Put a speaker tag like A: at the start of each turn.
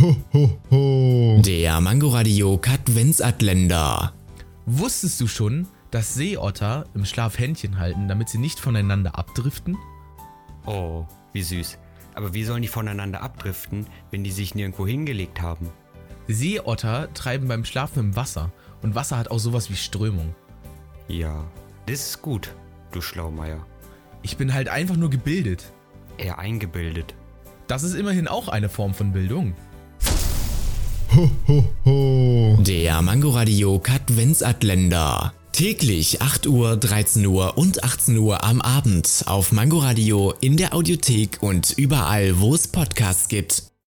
A: Ho, ho, ho.
B: Der Mangoradio Katwensatländer.
C: Wusstest du schon, dass Seeotter im Schlaf Händchen halten, damit sie nicht voneinander abdriften?
D: Oh, wie süß. Aber wie sollen die voneinander abdriften, wenn die sich nirgendwo hingelegt haben?
C: Seeotter treiben beim Schlafen im Wasser und Wasser hat auch sowas wie Strömung.
D: Ja, das ist gut, du Schlaumeier.
C: Ich bin halt einfach nur gebildet.
D: Eher eingebildet.
C: Das ist immerhin auch eine Form von Bildung.
A: Ho, ho, ho.
B: Der Mangoradio Katwensatländer. Täglich 8 Uhr, 13 Uhr und 18 Uhr am Abend auf Mangoradio in der Audiothek und überall, wo es Podcasts gibt.